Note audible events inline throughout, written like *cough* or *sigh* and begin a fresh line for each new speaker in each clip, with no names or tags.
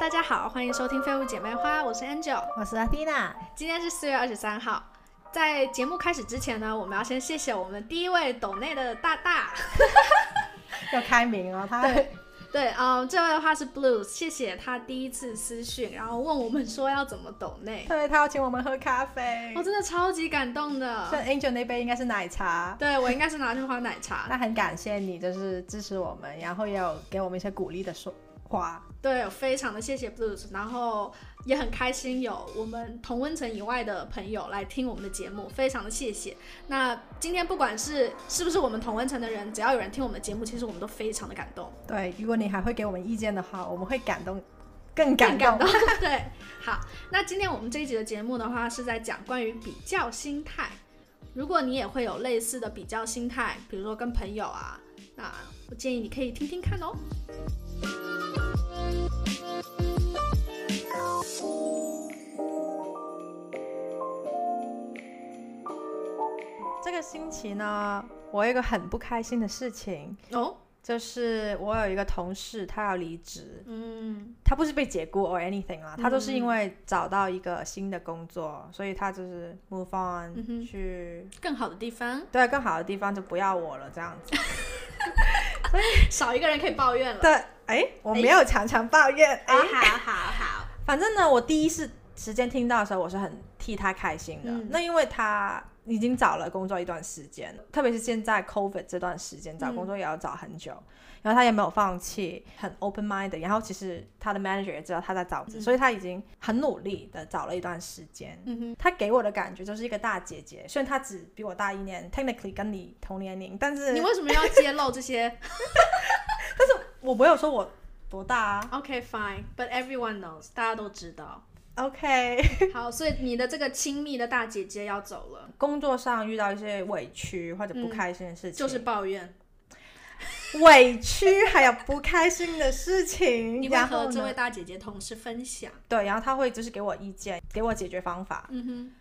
大家好，欢迎收听《废物姐妹花》，我是 Angel，
我是阿蒂娜。
今天是四月二十三号。在节目开始之前呢，我们要先谢谢我们第一位抖内的大大，
要开名哦，他
对对，嗯，这位的话是 Blues，谢谢他第一次私讯，然后问我们说要怎么抖内，
对他要请我们喝咖啡
我、。真的超级感动
像
的。
Angel 那杯应该是奶茶。
对我应该是拿去喝奶茶，
那很感谢你，就是支持我们，然后也有给我们一些鼓励的说话。
对，非常的谢谢 Blues，然后也很开心有我们同温层以外的朋友来听我们的节目，非常的谢谢。那今天不管是是不是我们同温层的人，只要有人听我们的节目，其实我们都非常的感动，
对，如果你还会给我们意见的话，我们会感动，更
更
感
感动。对，好，那今天我们这一集的节目的话是在讲关于比较心态。如果你也会有类似的比较心态，比如说跟朋友啊，那我建议你可以听听看哦。
这个星期呢，我有一个很不开心的事情，
哦，
就是我有一个同事，他要离职，
嗯，
他不是被解雇 or anything 啦，他都是
嗯
因为找到一个新的工作，所以他就是 move on、
嗯哼
去
*laughs* 更好的地方，
对更好的地方就不要我了这样子。
少一个人可以抱怨了。
对，哎，我没有常常抱怨，哎
啊，，好好好。
反正呢，我第一是时间听到的时候，我是很替他开心的。
嗯
那因为他已经找了工作一段时间了，特别是现在 COVID 这段时间，找工作也要找很久。然后他也没有放弃，很 open mind。然后其实他的 manager 也知道他在找职，所以他已经很努力的找了一段时间。
嗯哼，
他给我的感觉就是一个大姐姐，虽然她只比我大一年，technically 跟你同年龄，但是
你为什么要揭露这
*laughs*
些
我没有说我多大啊。
？OK fine, but everyone knows，大家都知
*laughs*
道。
OK，
好，所以你的这个亲密的大姐姐要走了，
工作上遇到一些委屈或者不开心的事情，
就是抱怨。
委屈还有不开心的事情，
你会
嗯然
和
后
这位
呢？
大姐姐同事分享。
对，然后他会就是给我意见，给我解决方法
嗯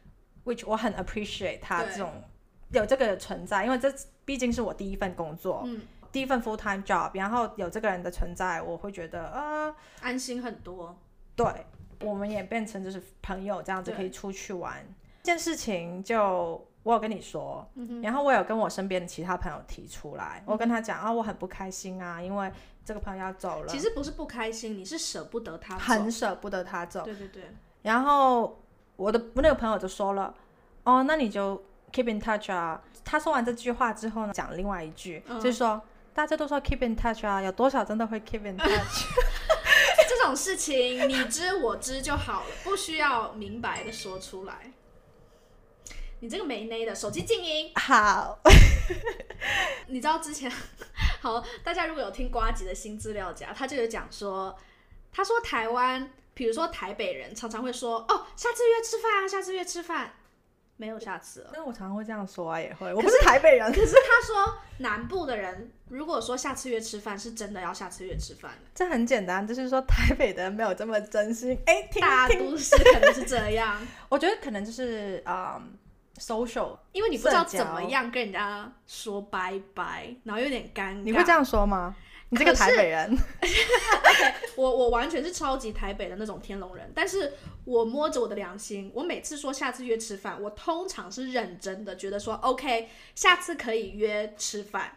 ，which 我很 appreciate 他
对
这种有这个存在，因为这毕竟是我第一份工作
哼，，嗯，
第一份 full time job，然后有这个人的存在，我会觉得呃，
安心很多。
对，我们也变成就是朋友这样子
对
可以出去玩。这件事情就我有跟你说，
嗯哼，
然后我有跟我身边的其他朋友提出来，我跟他讲啊，我很不开心啊，因为这个朋友要走了，
其实不是不开心，你是舍不得她走。
很舍不得他走。
对对对，
然后我的我那个朋友就说了，哦，那你就 keep in touch 啊。他说完这句话之后呢，讲另外一句，
嗯
就是说大家都说 keep in touch 啊，有多少真的会 keep in touch？
这种事情你知我知就好了，不需要明白的说出来。你这个没内的，手机静音。
好，
*laughs* 你知道之前，好，大家如果有听瓜吉的新资料夹，他就有讲说，他说台湾，比如说台北人常常会说，哦，下次约吃饭啊，下次约吃饭，没有下次了。
*laughs* 那我常常会这样说啊，也会，我不是台北人，啊
可是他说南部的人如果说下次约吃饭，是真的要下次约吃饭的。
这很简单，就是说台北的人没有这么真心。哎，听
大
听，
都市可能是这
*laughs*
样，
我觉得可能就是嗯、social，
因为你不知道
社
怎
交
么样跟人家说拜拜，然后有点尴尬。
你会这样说吗？你这个
可是
台北人，
*laughs* 我我完全是超级台北的那种天龙人，但是我摸着我的良心，我每次说下次约吃饭，我通常是认真的，觉得说 OK，下次可以约吃饭。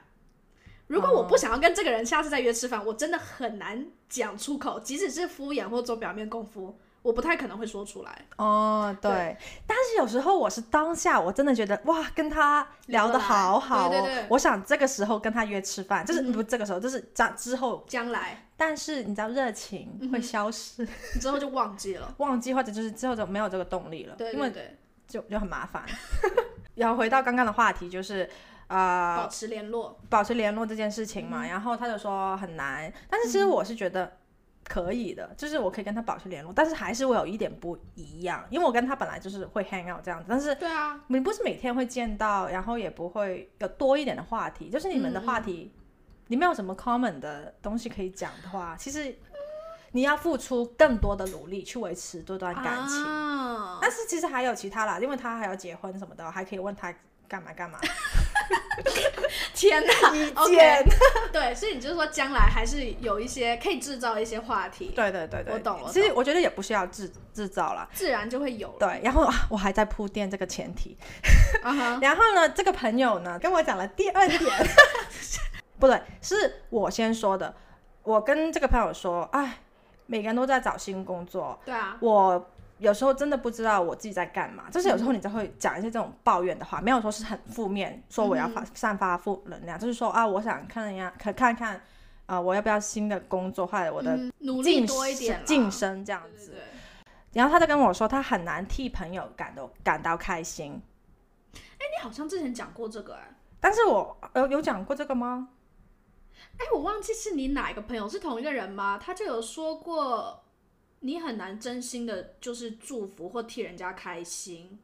如果我
哦
不想要跟这个人下次再约吃饭，我真的很难讲出口，即使是敷衍或做表面功夫，我不太可能会说出来。
*laughs* 哦，对，但是有时候我是当下，我真的觉得哇，跟他聊得好
聊
好哦，
得来对对对
我想这个时候跟他约吃饭，就是、不这个时候，就是之之后，
将来
但是你知道热情会消失，
你之后就忘记
*laughs*
了，
忘记或者就是之后就没有这个动力了，
对
因
对
为
对，
就就很麻烦。 *laughs* 然后回到刚刚的话题，就是啊、
保持联络。
保持联络这件事情嘛，
嗯
然后他就说很难，但是其实我是觉得可以的，就是我可以跟他保持联络，但是还是会有一点不一样，因为我跟他本来就是会 hang out 这样子，但是
对啊，
你不是每天会见到，然后也不会有多一点的话题，就是你们的
嗯嗯
话题，你没有什么 common 的东西可以讲的话，其实你要付出更多的努力去维持这段感情。
啊
但是其实还有其他啦，因为他还要结婚什么的，还可以问他干嘛干嘛。
天哪
一
，OK，
见
对，所以你就是说将来还是有一些可以制造一些话题，
对对对对，
我懂我
其实我觉得也不需要制制造啦。
自然就会有了。
*laughs* 对，然后啊，我还在铺垫这个前提。
啊哈，
然后呢，这个朋友呢跟我讲了第二点， *laughs* 不对，是我先说的。我跟这个朋友说，哎，每个人都在找新工作，
对啊，
我有时候真的不知道我自己在干
嗯
嘛。就是有时候你就会讲一些这种抱怨的话，没有说是很负面，说我要
嗯
发散发负能量，就是说啊，我想看人家看看看啊、我要不要新的工作，或者我的
嗯努力
晋
多一点啦
升晋升这样
对
子。
对哎对
然后他就跟我说，他很难替朋友感到感到开心。
你好像之前讲过这个哎、
但是我呃有讲过这个吗？
哎，我忘记是你哪一个朋友是同一个人吗？他就有说过，你很难真心的，就是祝福或替人家开心，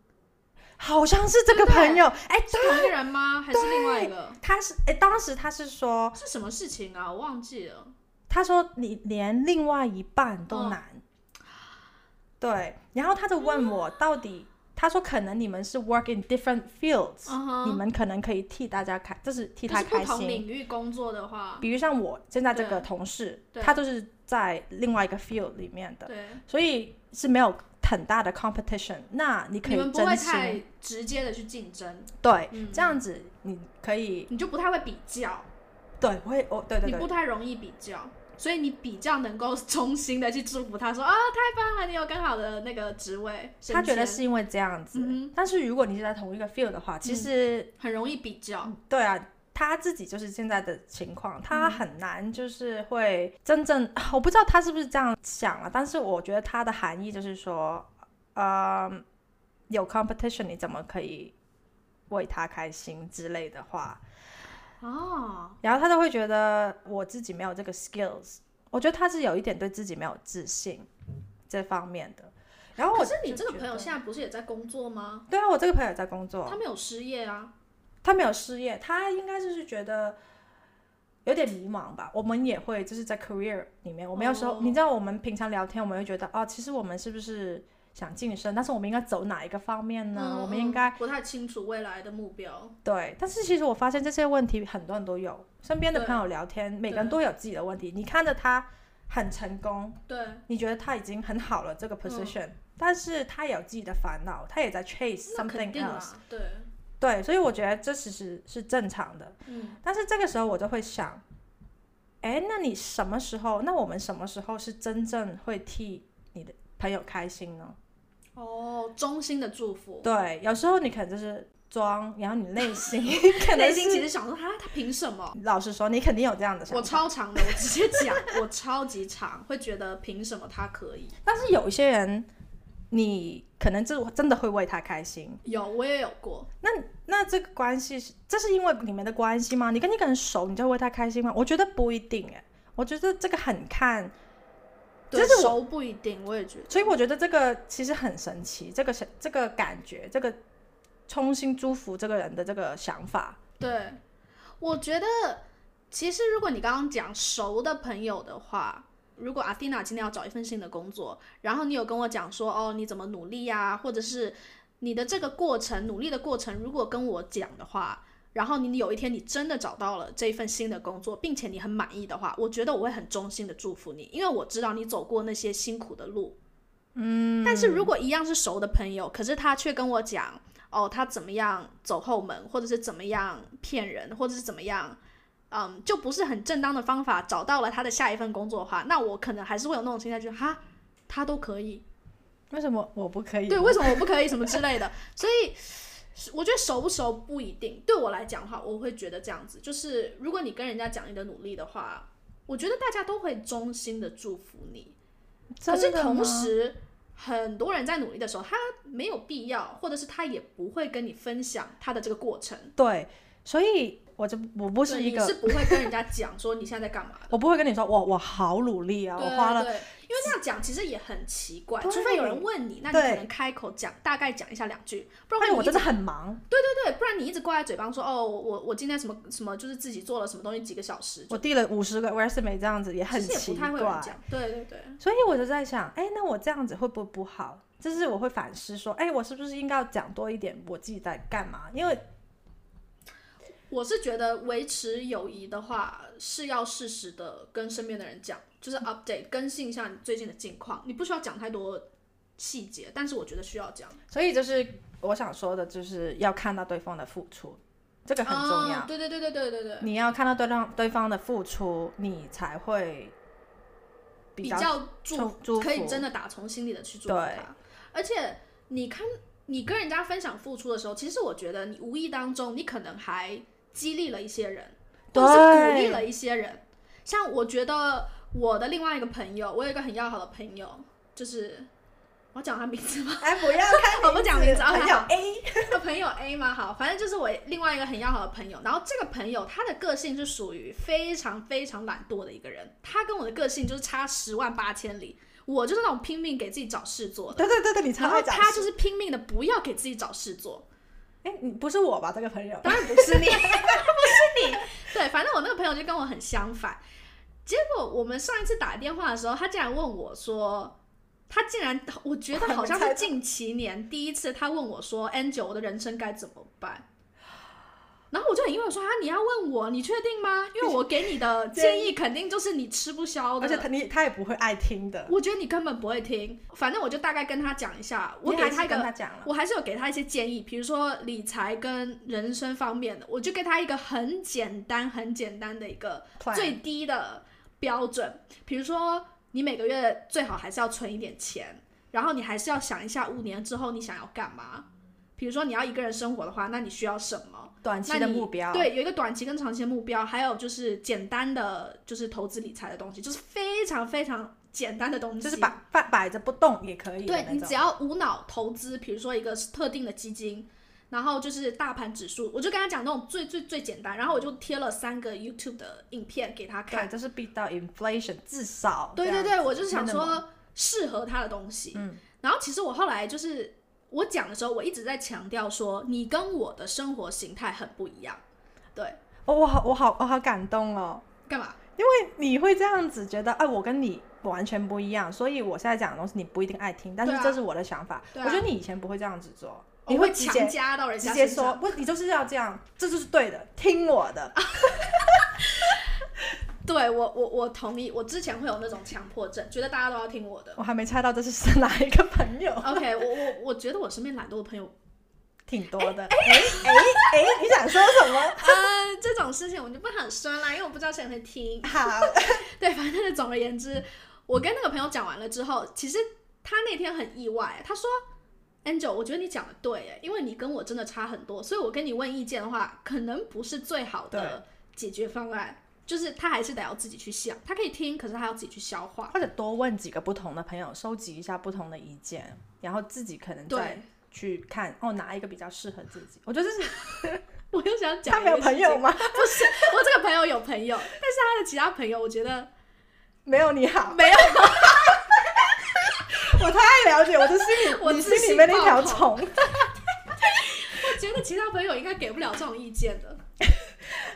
好像是这个朋友，哎，
是同一个人吗？还是另外一个？
他是哎，当时他是说，
是什么事情啊？我忘记了。
他说你连另外一半都
嗯
难，对，然后他就问我到底，他说可能你们是 work in different fields，、
嗯哼，
你们可能可以替大家开，就是替
就
他
是不
开
同
心。
领域工作的话，
比如像我现在这
对
个同事，
对
他就是在另外一个 field 里面的，
对，
所以是没有很大的 competition。那你可
你
以
们不会
真心
太直接的去竞争，
对、
嗯
这样子，你可以
你就不太会比较，
对，我会哦，对对
你
对
不，太容易比较。所以你比较能够 *laughs* 衷心的去祝福他说啊，太棒了，你有更好的那个职位。
他觉得
升
是因为这样子。
啊嗯
但是如果你是在同一个 field 的话，其实
迁很容易比较，
对啊，他自己就是现在的情况，他很难就是会真正， *sighs* 我不知道他是不是这样想了，啊但是我觉得他的含义就是说，呃，有 competition 你怎么可以为他开心之类的话，嗯
哦，
然后他就会觉得我自己没有这个 skills，我觉得他是有一点对自己没有自信这方面的。然后我
可是你
就
这个
觉
朋友
得
现在不是也在工作吗？
对啊，我这个朋友在工作
他，没有失业啊。
他没有失业，他应该就是觉得有点迷茫吧。我们也会就是在 career 里面，我们有时候、
哦
你知道，我们平常聊天，我们会觉得哦，其实我们是不是想晋升，但是我们应该走哪一个方面呢？
嗯
我们应该
嗯不太清楚未来的目标。
对，但是其实我发现这些问题很多人都有，身边的
对
朋友聊天，每个人
对
都有自己的问题。你看着他很成功，
对，
你觉得他已经很好了这个 position，、但是他有自己的烦恼，他也在 chase
嗯那肯
something
定
else。
啊。对，
对，所以我觉得这其实是正常的。
嗯，
但是这个时候我就会想，哎，那你什么时候？那我们什么时候是真正会替你的朋友开心呢？
哦，衷心的祝福。
对，有时候你可能就是装，然后你内心 *laughs* 可能
内心其
是，
实想说，啊他他凭什么？
老实说，你肯定有这样的想
我
法。
超长的，我直接讲，我超级长，会觉得凭什么他可以？
但是有一些人，你可能就真的会为他开心。
有，我也有
*laughs*
过，
那这个关系是，这是因为你们的关系吗？你跟一个人熟，你就为他开心吗？我觉得不一定哎，我觉得这个很看，
对
这是，我
熟不一定，我也觉得。
所以我觉得这个其实很神奇，这个是这个感觉，这个衷心祝福这个人的这个想法，
对，我觉得其实如果你刚刚讲熟的朋友的话，如果阿蒂娜今天要找一份新的工作，然后你有跟我讲说哦你怎么努力呀、或者是你的这个过程努力的过程，如果跟我讲的话。然后你有一天你真的找到了这一份新的工作，并且你很满意的话，我觉得我会很衷心的祝福你，因为我知道你走过那些辛苦的路。嗯，但是如果一样是熟的朋友，可是他却跟我讲，哦，他怎么样走后门，或者是怎么样骗人，或者是怎么样，嗯，就不是很正当的方法找到了他的下一份工作的话，那我可能还是会有那种心态，就是哈，他都可以，
为什么我不可以？
对，为什么我不可以什么之类的，所以。我觉得熟不熟不一定，对我来讲的话，我会觉得这样子，就是如果你跟人家讲你的努力的话，我觉得大家都会衷心的祝福你，可是
真的吗
同时，很多人在努力的时候，他没有必要，或者是他也不会跟你分享他的这个过程。
对，所以我就我不
不
是一
你是不
个，
会跟人家讲说你现在在干嘛
*laughs*
的。
我不会跟你说哦我我好努力啊，
对
我花了，
对，因为那样讲其实也很奇怪，
对
除非有人问你，那你
对
可能开口讲，大概讲一下两句，不
但
然
是
你
我
一直
真的很忙，
对对，不然你一直挂在嘴巴说哦，我我我今天什么什么就是自己做了什么东西几个小时，
我递了五十个 resume 这样子也很
其实
奇
也不太会有人
怪。
讲。对对对，
所以我就在想，哎，那我这样子会不会不好？就是我会反思说，哎，我是不是应该要讲多一点我自己在干嘛？因为
我是觉得维持友谊的话，是要适时的跟身边的人讲，就是
嗯
update 更新一下你最近的近况，你不需要讲太多细节，但是我觉得需要讲，
所以就是我想说的，就是要看到对方的付出，这个很重要。
啊对对对对对对对，
你要看到对方对方的付出，你才会比较
较祝
祝祝
可以
福
真的打从心里的去祝福
对
他。而且你看，你跟人家分享付出的时候，其实我觉得你无意当中，你可能还激励了一些人，或者是鼓励
对
了一些人。像我觉得我的另外一个朋友，我有一个很要好的朋友，就是我讲他名字吗？ *laughs*
哎，不要看
我不讲名字
还
，OK，*laughs*
有
好
A，
这个朋友 A 嘛，好，反正就是我另外一个很要好的朋友。然后这个朋友他的个性是属于非常非常懒惰的一个人，他跟我的个性就是差十万八千里。我就是那种拼命给自己找事做的，
对对对对，你才
然后
会讲
他就是拼命的不要给自己找事做。
哎，你不是我吧？这个朋友，
当然不是你，不是你。对，反正我那个朋友就跟我很相反。结果我们上一次打电话的时候，他竟然问我说，他竟然我觉得好像是近七年第一次，他问我说 N 九我的人生该怎么办。然后我就很疑惑说啊，你要问我，你确定吗？因为我给你
*laughs*
的建议肯定就是你吃不消的，
*laughs* 而且他你他也不会爱听的，
我觉得你根本不会听。反正我就大概跟他讲一下，我
你
给
还是
他一个
跟他讲了，
我还是有给他一些建议，比如说理财跟人生方面的，我就给他一个很简单、很简单的一个
Plan
最低的标准，比如说你每个月最好还是要存一点钱，然后你还是要想一下五年之后你想要干嘛。比如说你要一个人生活的话，那你需要什么？
短期的目标，
对，有一个短期跟长期的目标，还有就是简单的就是投资理财的东西，就是非常非常简单的东西，
就是摆摆摆着不动也可以的
对
那
你
种
只要无脑投资，比如说一个特定的基金，然后就是大盘指数，我就跟他讲那种最最最简单，然后我就贴了三个 YouTube 的影片给他
对，
看。
就是 beat 到 inflation 至少
对
这
对
样
对，
子
我就是想
minimum
说适合他的东西。
嗯，
然后其实我后来就是我讲的时候，我一直在强调说，你跟我的生活形态很不一样。对，
哦，我好我好我好感动哦，
干嘛？
因为你会这样子觉得，哎，我跟你完全不一样，所以我现在讲的东西你不一定爱听，但是
对啊
这是我的想法。
对啊
我觉得你以前不会这样子做，
我
你
会
直
强
接
加到人家
直接
身上
说，。不，你就是要这样，这就是对的，听我
*laughs*
的。
对我我我同意，我之前会有那种强迫症，觉得大家都要听我的。
我还没猜到这是是 *laughs* 哪一个朋友，
OK，我我我觉得我身边懒惰的朋友
挺多的。哎哎哎，你想说什
*laughs*
么？
呃，这种事情我就不想说啦，因为我不知道谁会听。 *laughs*
好，
对，反正总而言之，我跟那个朋友讲完了之后，其实他那天很意外，他说：“Angel，我觉得你讲的对，耶，因为你跟我真的差很多，所以我跟你问意见的话，可能不是最好的解决方案，就是他还是得要自己去想，他可以听，可是他要自己去消化。
或者多问几个不同的朋友，收集一下不同的意见，然后自己可能再
对，
去看哦，哪一个比较适合自己？我觉得这是
我又想讲
他
一
没有
个
朋
事
友
情，
吗？
我这个朋友有朋友，但是他的其他朋友，我觉
*laughs*
得
没有你好，
没有。
*laughs* 我太了解，我的心里
*laughs* 我
你
自
心
信
里面那条
爆
虫。
我 *laughs* 觉得其他朋友应该给不了这种意见
*laughs*
的。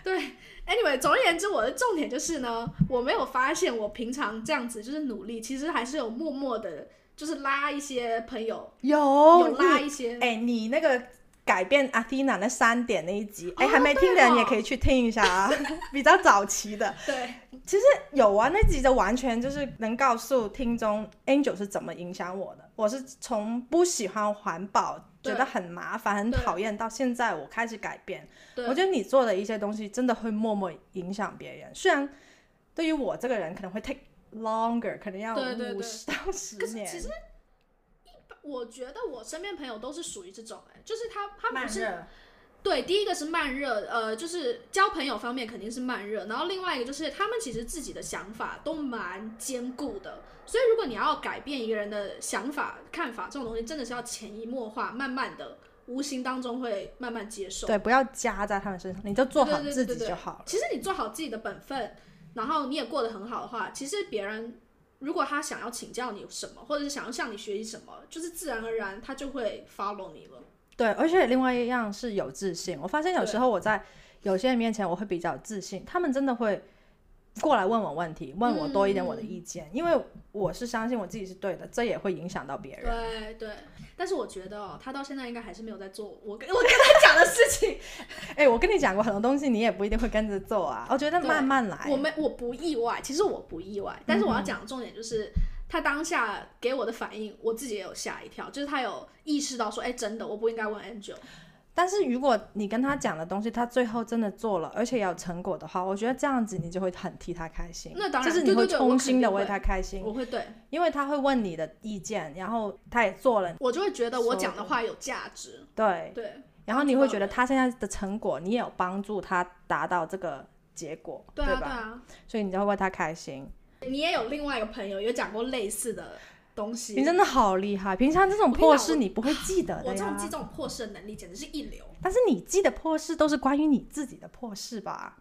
对，anyway，总而言之，我的重点就是呢，我没有发现我平常这样子就是努力，其实还是有默默的，就是拉一些朋友，
有
有拉
你
一些。
哎、你那个改变阿蒂娜那三点那一集，哎、
哦
还没听的人
对哦
也可以去听一下啊， *laughs* 比较早期的。
对，
其实有啊，那集的完全就是能告诉听众 Angel 是怎么影响我的。我是从不喜欢环保，
对
觉得很麻烦、很
对
讨厌，到现在我开始改变。
对
我觉得你做的一些东西真的会默默影响别人，虽然对于我这个人可能会 take longer，可能要
对对对
五十到十
可是
年。
其实。我觉得我身边朋友都是属于这种、哎，就是他他
慢
不是
热，
对，第一个是慢热，呃，就是交朋友方面肯定是慢热，然后另外一个就是他们其实自己的想法都蛮坚固的，所以如果你要改变一个人的想法、看法这种东西，真的是要潜移默化，慢慢的，无形当中会慢慢接受。
对，不要加在他们身上，你就做好
对对对
自
对
己
对
就好了。
其实你做好自己的本分，然后你也过得很好的话，其实别人如果他想要请教你什么，或者是想要向你学习什么，就是自然而然他就会 follow 你了。
对，而且另外一样是有自信。我发现有
对
时候我在有些人面前我会比较自信，他们真的会过来问我问题，问我多一点
嗯
我的意见，因为我是相信我自己是对的，这也会影响到别人。
对对，但是我觉得哦，他到现在应该还是没有在做我跟我 *laughs* 跟他讲的事情。
哎，我跟你讲过很多东西，你也不一定会跟着做啊。我觉得
对
慢慢
*laughs*
来，
我没我不意外，其实我不意外，但是我要
嗯
讲的重点就是。他当下给我的反应，我自己也有吓一跳，就是他有意识到说，哎，真的，我不应该问 Angel。
但是如果你跟他讲的东西，他最后真的做了，而且有成果的话，我觉得这样子你就会很替他开心。
那当然
就是你
对对对我
衷心
肯
的
定会
为他开心，
我会对
因为他会问你的意见，然后他也做了，
我就会觉得我
So-
讲的话有价值，
对，
对啊
然后你会觉得他现在的成果，你也有帮助他达到这个结果，
对啊对
吧？
啊。
所以你就会为他开心。
你也有另外一个朋友有讲过类似的东西，
你真的好厉害，平常这种
我跟你
破
讲
事你不会记得
我
的
这种
呀
记。这种破事的能力简直是一流。
但是你记的破事都是关于你自己的破事吧？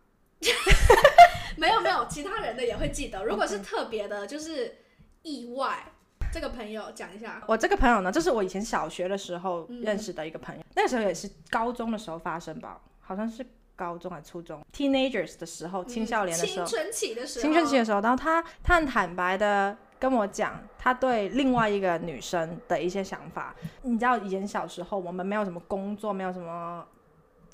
*laughs* 没有没有，其他人的也会记得。如果是特别的，就是意外，这个朋友讲一下。
我这个朋友呢，这是我以前小学的时候
嗯
认识的一个朋友，那时候也是高中的时候发生吧，好像是高中还是初中，teenagers 的时
嗯
候，青少年的时候
青，春期的时候，
青春期的时候，然后他他很坦白的跟我讲他对另外一个女生的一些想法。你知道以前小时候我们没有什么工作，没有什么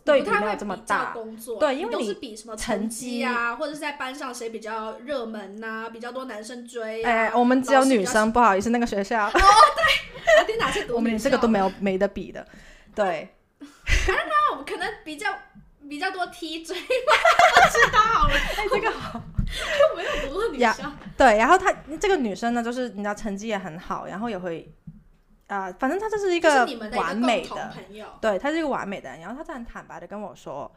对
不
比
太
没
会
有
比
这么
较
大，
工作，
对因为
都
你
是比什么
成
绩啊，或者是在班上谁比较热门呐、比较多男生追、啊。
哎、我们只有
老师比
女
较
生，不好意思，那个
*laughs*
学校
喜，对哪些读
我们
女
连这个
校
都没有没得比的。对，
哦那我们可能比较比较多 T 追吧， *laughs* 不知道了。哎，这个 *laughs* 好，没有读过女
呀
校，
对，然后她这个女生呢，就是你知道成绩也很好，然后也会，啊、反正她就是一
就
个
是你们的一个
完
共
美
同
的，
朋友。
对，她是一个完美的人。然后她就很坦白的跟我说，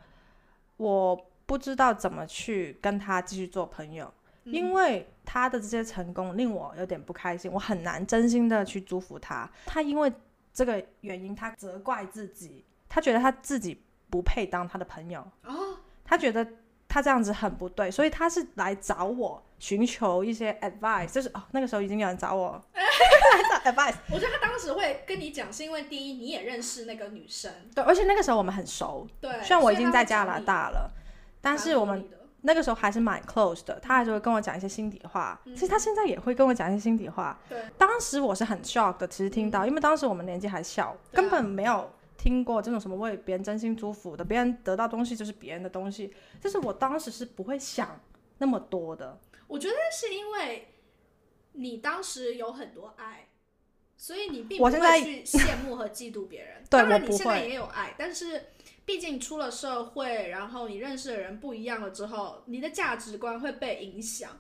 我不知道怎么去跟她继续做朋友，
嗯
因为她的这些成功令我有点不开心，我很难真心的去祝福她。她因为这个原因，她责怪自己，她觉得她自己不配当她的朋友。
哦，
他觉得他这样子很不对，所以他是来找我寻求一些 advice，就是哦，那个时候已经有人找我 *laughs* 来找 advice，
我觉得他当时会跟你讲，是因为第一你也认识那个女生，
对，而且那个时候我们很熟，
对，
虽然我已
所以
经
他
在
会
加
讲
拿
你，
大了，但
蛮
是我
合
们
理的
那个时候还是蛮 close 的，他还是会跟我讲一些心底话，
嗯
其实他现在也会跟我讲一些心底话。
对，嗯
当时我是很 shock 的，其实听到，因为当时我们年纪还小，
对啊
根本没有。听过这种什么为别人真心祝福的，别人得到东西就是别人的东西，就是我当时是不会想那么多的。
我觉得是因为你当时有很多爱，所以你并不
我
会
现在
去羡慕和嫉妒别人。
*laughs* 对
当然
我
你
不
现在
会
也有爱，但是毕竟出了社会，然后你认识的人不一样了之后，你的价值观会被影响。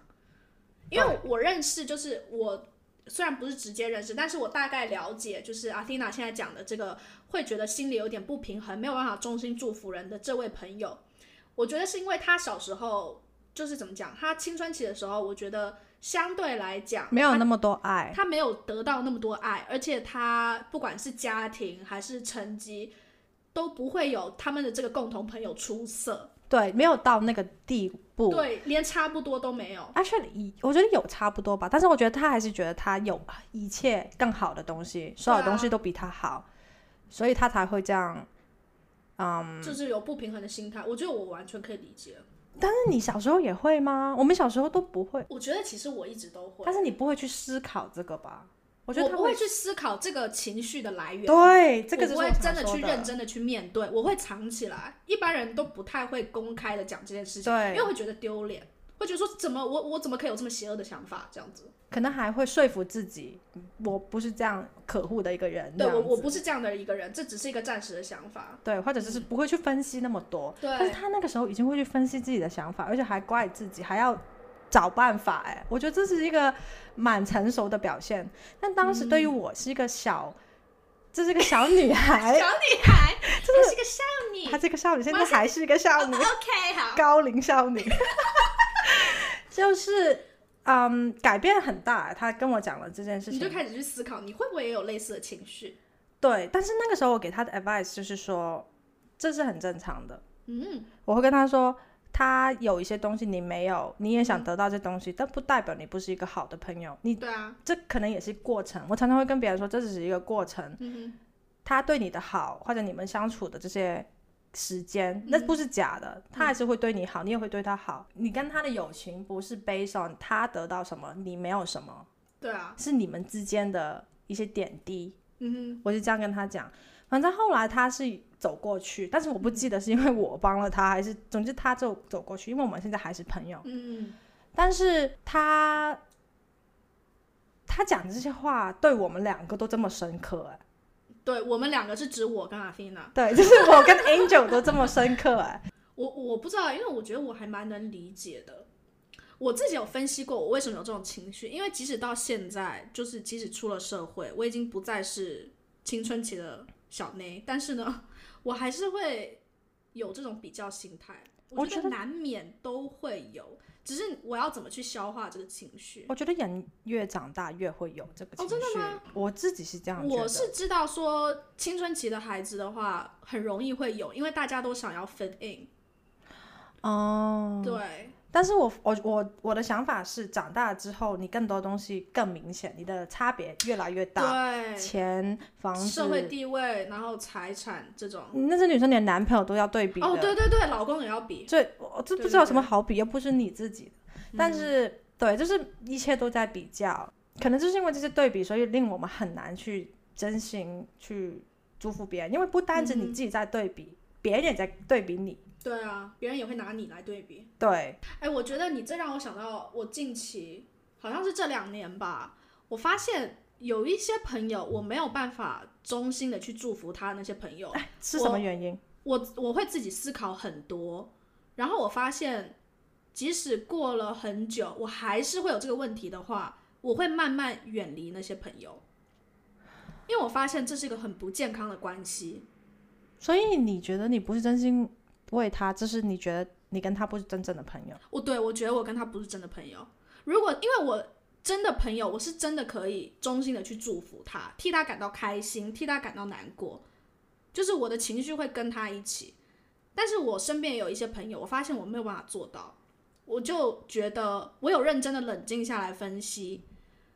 因为我认识，就是我虽然不是直接认识，但是我大概了解，就是阿蒂娜现在讲的这个，会觉得心里有点不平衡，没有办法衷心祝福人的这位朋友，我觉得是因为他小时候就是怎么讲，他青春期的时候，我觉得相对来讲
没有
他
那么多爱。
他没有得到那么多爱，而且他不管是家庭还是成绩，都不会有他们的这个共同朋友出色，
对，没有到那个地步。
对，连差不多都没
啊
有。
，actually，我觉得有差不多吧，但是我觉得他还是觉得他有一切更好的东西，所有东西都比他好，所以他才会这样。嗯
就是有不平衡的心态，我觉得我完全可以理解。
但是嗯你小时候也会吗？我们小时候都不会，
我觉得其实我一直都会，
但是你不会去思考这个吧？
我
我觉得他
不会去思考这个情绪的来源，
对，这个
我
就是
不会
我
真
常
的
说
去认真的去面对，我会藏起来。一般人都不太会公开的讲这件事情，因
对
为，会觉得丢脸，会觉得说怎么我我怎么可以有这么邪恶的想法这样子？
可能还会说服自己，嗯我不是这样可恶的一个人。
对
这
我
样
我
子
不是这样的一个人，这只是一个暂时的想法。
对，或者就是不会去分析那么多。但是
对，
他那个时候已经会去分析自己的想法，而且还怪自己，还要找办法。哎，我觉得这是一个蛮成熟的表现。但当时
嗯
对于我是一个小，这是一个小女孩，
女
*laughs*
孩，她是个少女
她这个少女，现
我
在还是一个少
*laughs*
女，
OK，好，
高龄少女， *laughs* 就是嗯，改变很大。她跟我讲了这件事
你就
情，
开始去思考，你会不会也有类似的情绪？
对。但是那个时候我给她的 advice 就是说，这是很正常的。
嗯，
我会跟他说，他有一些东西你没有，你也想得到这东西，但不代表你不是一个好的朋友。你
对啊，
这可能也是过程。我常常会跟别人说，这只是一个过程。
嗯
他对你的好，或者你们相处的这些时间，那不是假的，他还是会对你好，你也会对他好。你跟他的友情不是 based on 他得到什么，你没有什么，
对啊，
是你们之间的一些点滴。
嗯
我是这样跟他讲，反正后来他是走过去，但是我不
嗯
记得是因为我帮了他，还是总之他就走过去，因为我们现在还是朋友
哼。嗯
但是他他讲这些话对我们两个都这么深刻、
嗯，
哎。
对我们两个是指我跟阿菲娜，
对，就是
*laughs*
我跟 Angel 都这么深刻哎、
我我不知道，因为我觉得我还蛮能理解的。我自己有分析过我为什么有这种情绪，因为即使到现在，就是即使出了社会，我已经不再是青春期的小内，但是呢，我还是会有这种比较心态。
我
觉
觉
得难免都会有，只是我要怎么去消化这个情绪。
我觉得人越长大越会有这个情
哦
绪。
真的吗
我自己是这样觉得。
我是知道说，青春期的孩子的话，很容易会有，因为大家都想要 fit in、
哦，
对，
但是我我我我的想法是，长大之后你更多东西更明显，你的差别越来越大。
对，
钱、房子，
社会地位，然后财产这种。
那是女生连男朋友都要对比的。
哦，对对对，老公也要比。
这我这
对
不知
对
道有什么
对嗯
好比，又不是你自己的。但是、对，就是一切都在比较，可能就是因为这些对比，所以令我们很难去真心去祝福别人，因为不单止你自己在对比，别人也在对比你。
对啊，别人也会拿你来对比。
对，
哎，我觉得你这让我想到，我近期好像是这两年吧，我发现有一些朋友，我没有办法衷心的去祝福他的那些朋友，
是什
我
么原因？
我我会自己思考很多，然后我发现，即使过了很久，我还是会有这个问题的话，我会慢慢远离那些朋友，因为我发现这是一个很不健康的关系。
所以你觉得你不是真心为他，就是你觉得你跟他不是真正的朋友。
我对我觉得我跟他不是真的朋友。如果因为我真的朋友，我是真的可以衷心的去祝福他，替他感到开心，替他感到难过，就是我的情绪会跟他一起。但是我身边有一些朋友，我发现我没有办法做到，我就觉得我有认真的冷静下来分析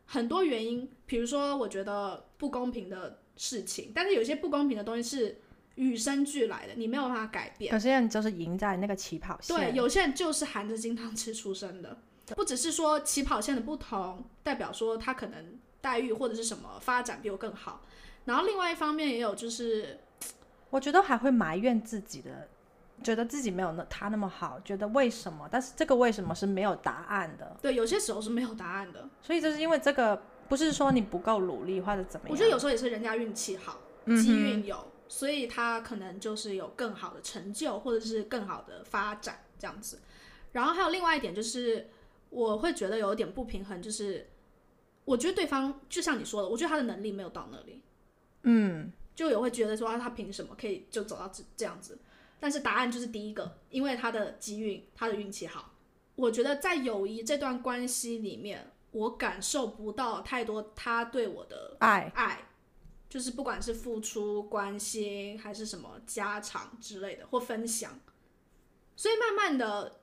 很多原因，比如说我觉得不公平的事情，但是有些不公平的东西是与生俱来的，你没有办法改变。
可是人就是赢在那个起跑线。
对，有些人就是含着金汤匙出生的，不只是说起跑线的不同，代表说他可能待遇或者是什么发展比我更好。然后另外一方面也有就是，
我觉得还会埋怨自己的，觉得自己没有那他那么好，觉得为什么？但是这个为什么是没有答案的，
对，有些时候是没有答案的。
所以就是因为这个，不是说你不够努力或者怎么样。嗯
我觉得有时候也是人家运气好，机运有，所以他可能就是有更好的成就或者是更好的发展这样子。然后还有另外一点就是，我会觉得有一点不平衡，就是我觉得对方就像你说的，我觉得他的能力没有到那里。
嗯，
就有会觉得说啊他凭什么可以就走到这这样子？但是答案就是第一个，因为他的机运，他的运气好。我觉得在友谊这段关系里面，我感受不到太多他对我的
爱
爱，就是不管是付出、关心还是什么家常之类的或分享。所以慢慢的，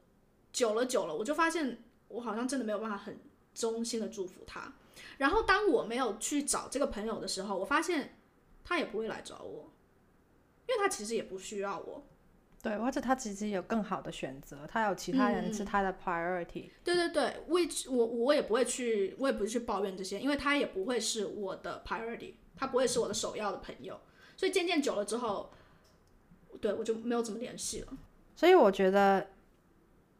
久了久了，我就发现我好像真的没有办法很衷心的祝福他。然后当我没有去找这个朋友的时候，我发现他也不会来找我，因为他其实也不需要我。
对，或者他其实有更好的选择，他有其他
嗯嗯
人是他的 priority。
对对对，which 我我也不会去，我也不会去抱怨这些，因为他也不会是我的 priority，他不会是我的首要的朋友，所以渐渐久了之后，对我就没有怎么联系了。
所以我觉得，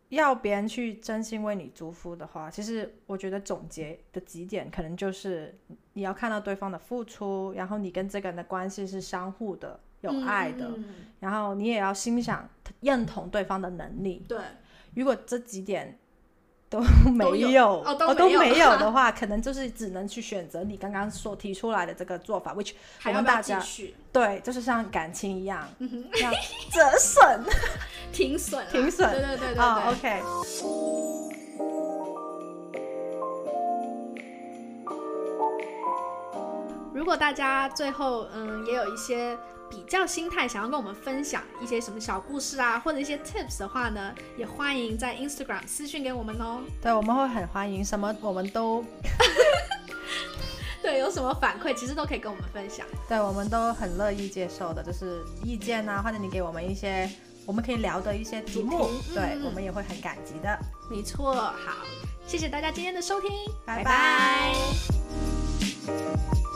要别人去真心为你祝福的话，其实我觉得总结的几点可能就是你要看到对方的付出，然后你跟这个人的关系是相互的、有爱的，
嗯，嗯
然后你也要欣赏、认同对方的能力
嗯。对，
如果这几点都
都
没
有
有，
哦都
都
没有
没有的话， *laughs* 可能就是只能去选择你刚刚所提出来的这个做法，which
还
我
要
们
不要
大
继
家 *laughs*
续？
对，就是像感情一样，
嗯
要折损
停损啦，
停损
对 *laughs* 对对对对。
啊、o k
如果大家最后嗯也有一些比较心态，想要跟我们分享一些什么小故事啊，或者一些 tips 的话呢，也欢迎在 Instagram 私讯给我们哦。
对，我们会很欢迎，什么我们都
对，对，有什么反馈，其实都可以跟我们分享。
对，我们都很乐意接受的，就是意见啊，或者你给我们一些我们可以聊的一些题目，
主题
对、
嗯
我们也会很感激的。
没错，好，谢谢大家今天的收听，
拜拜
拜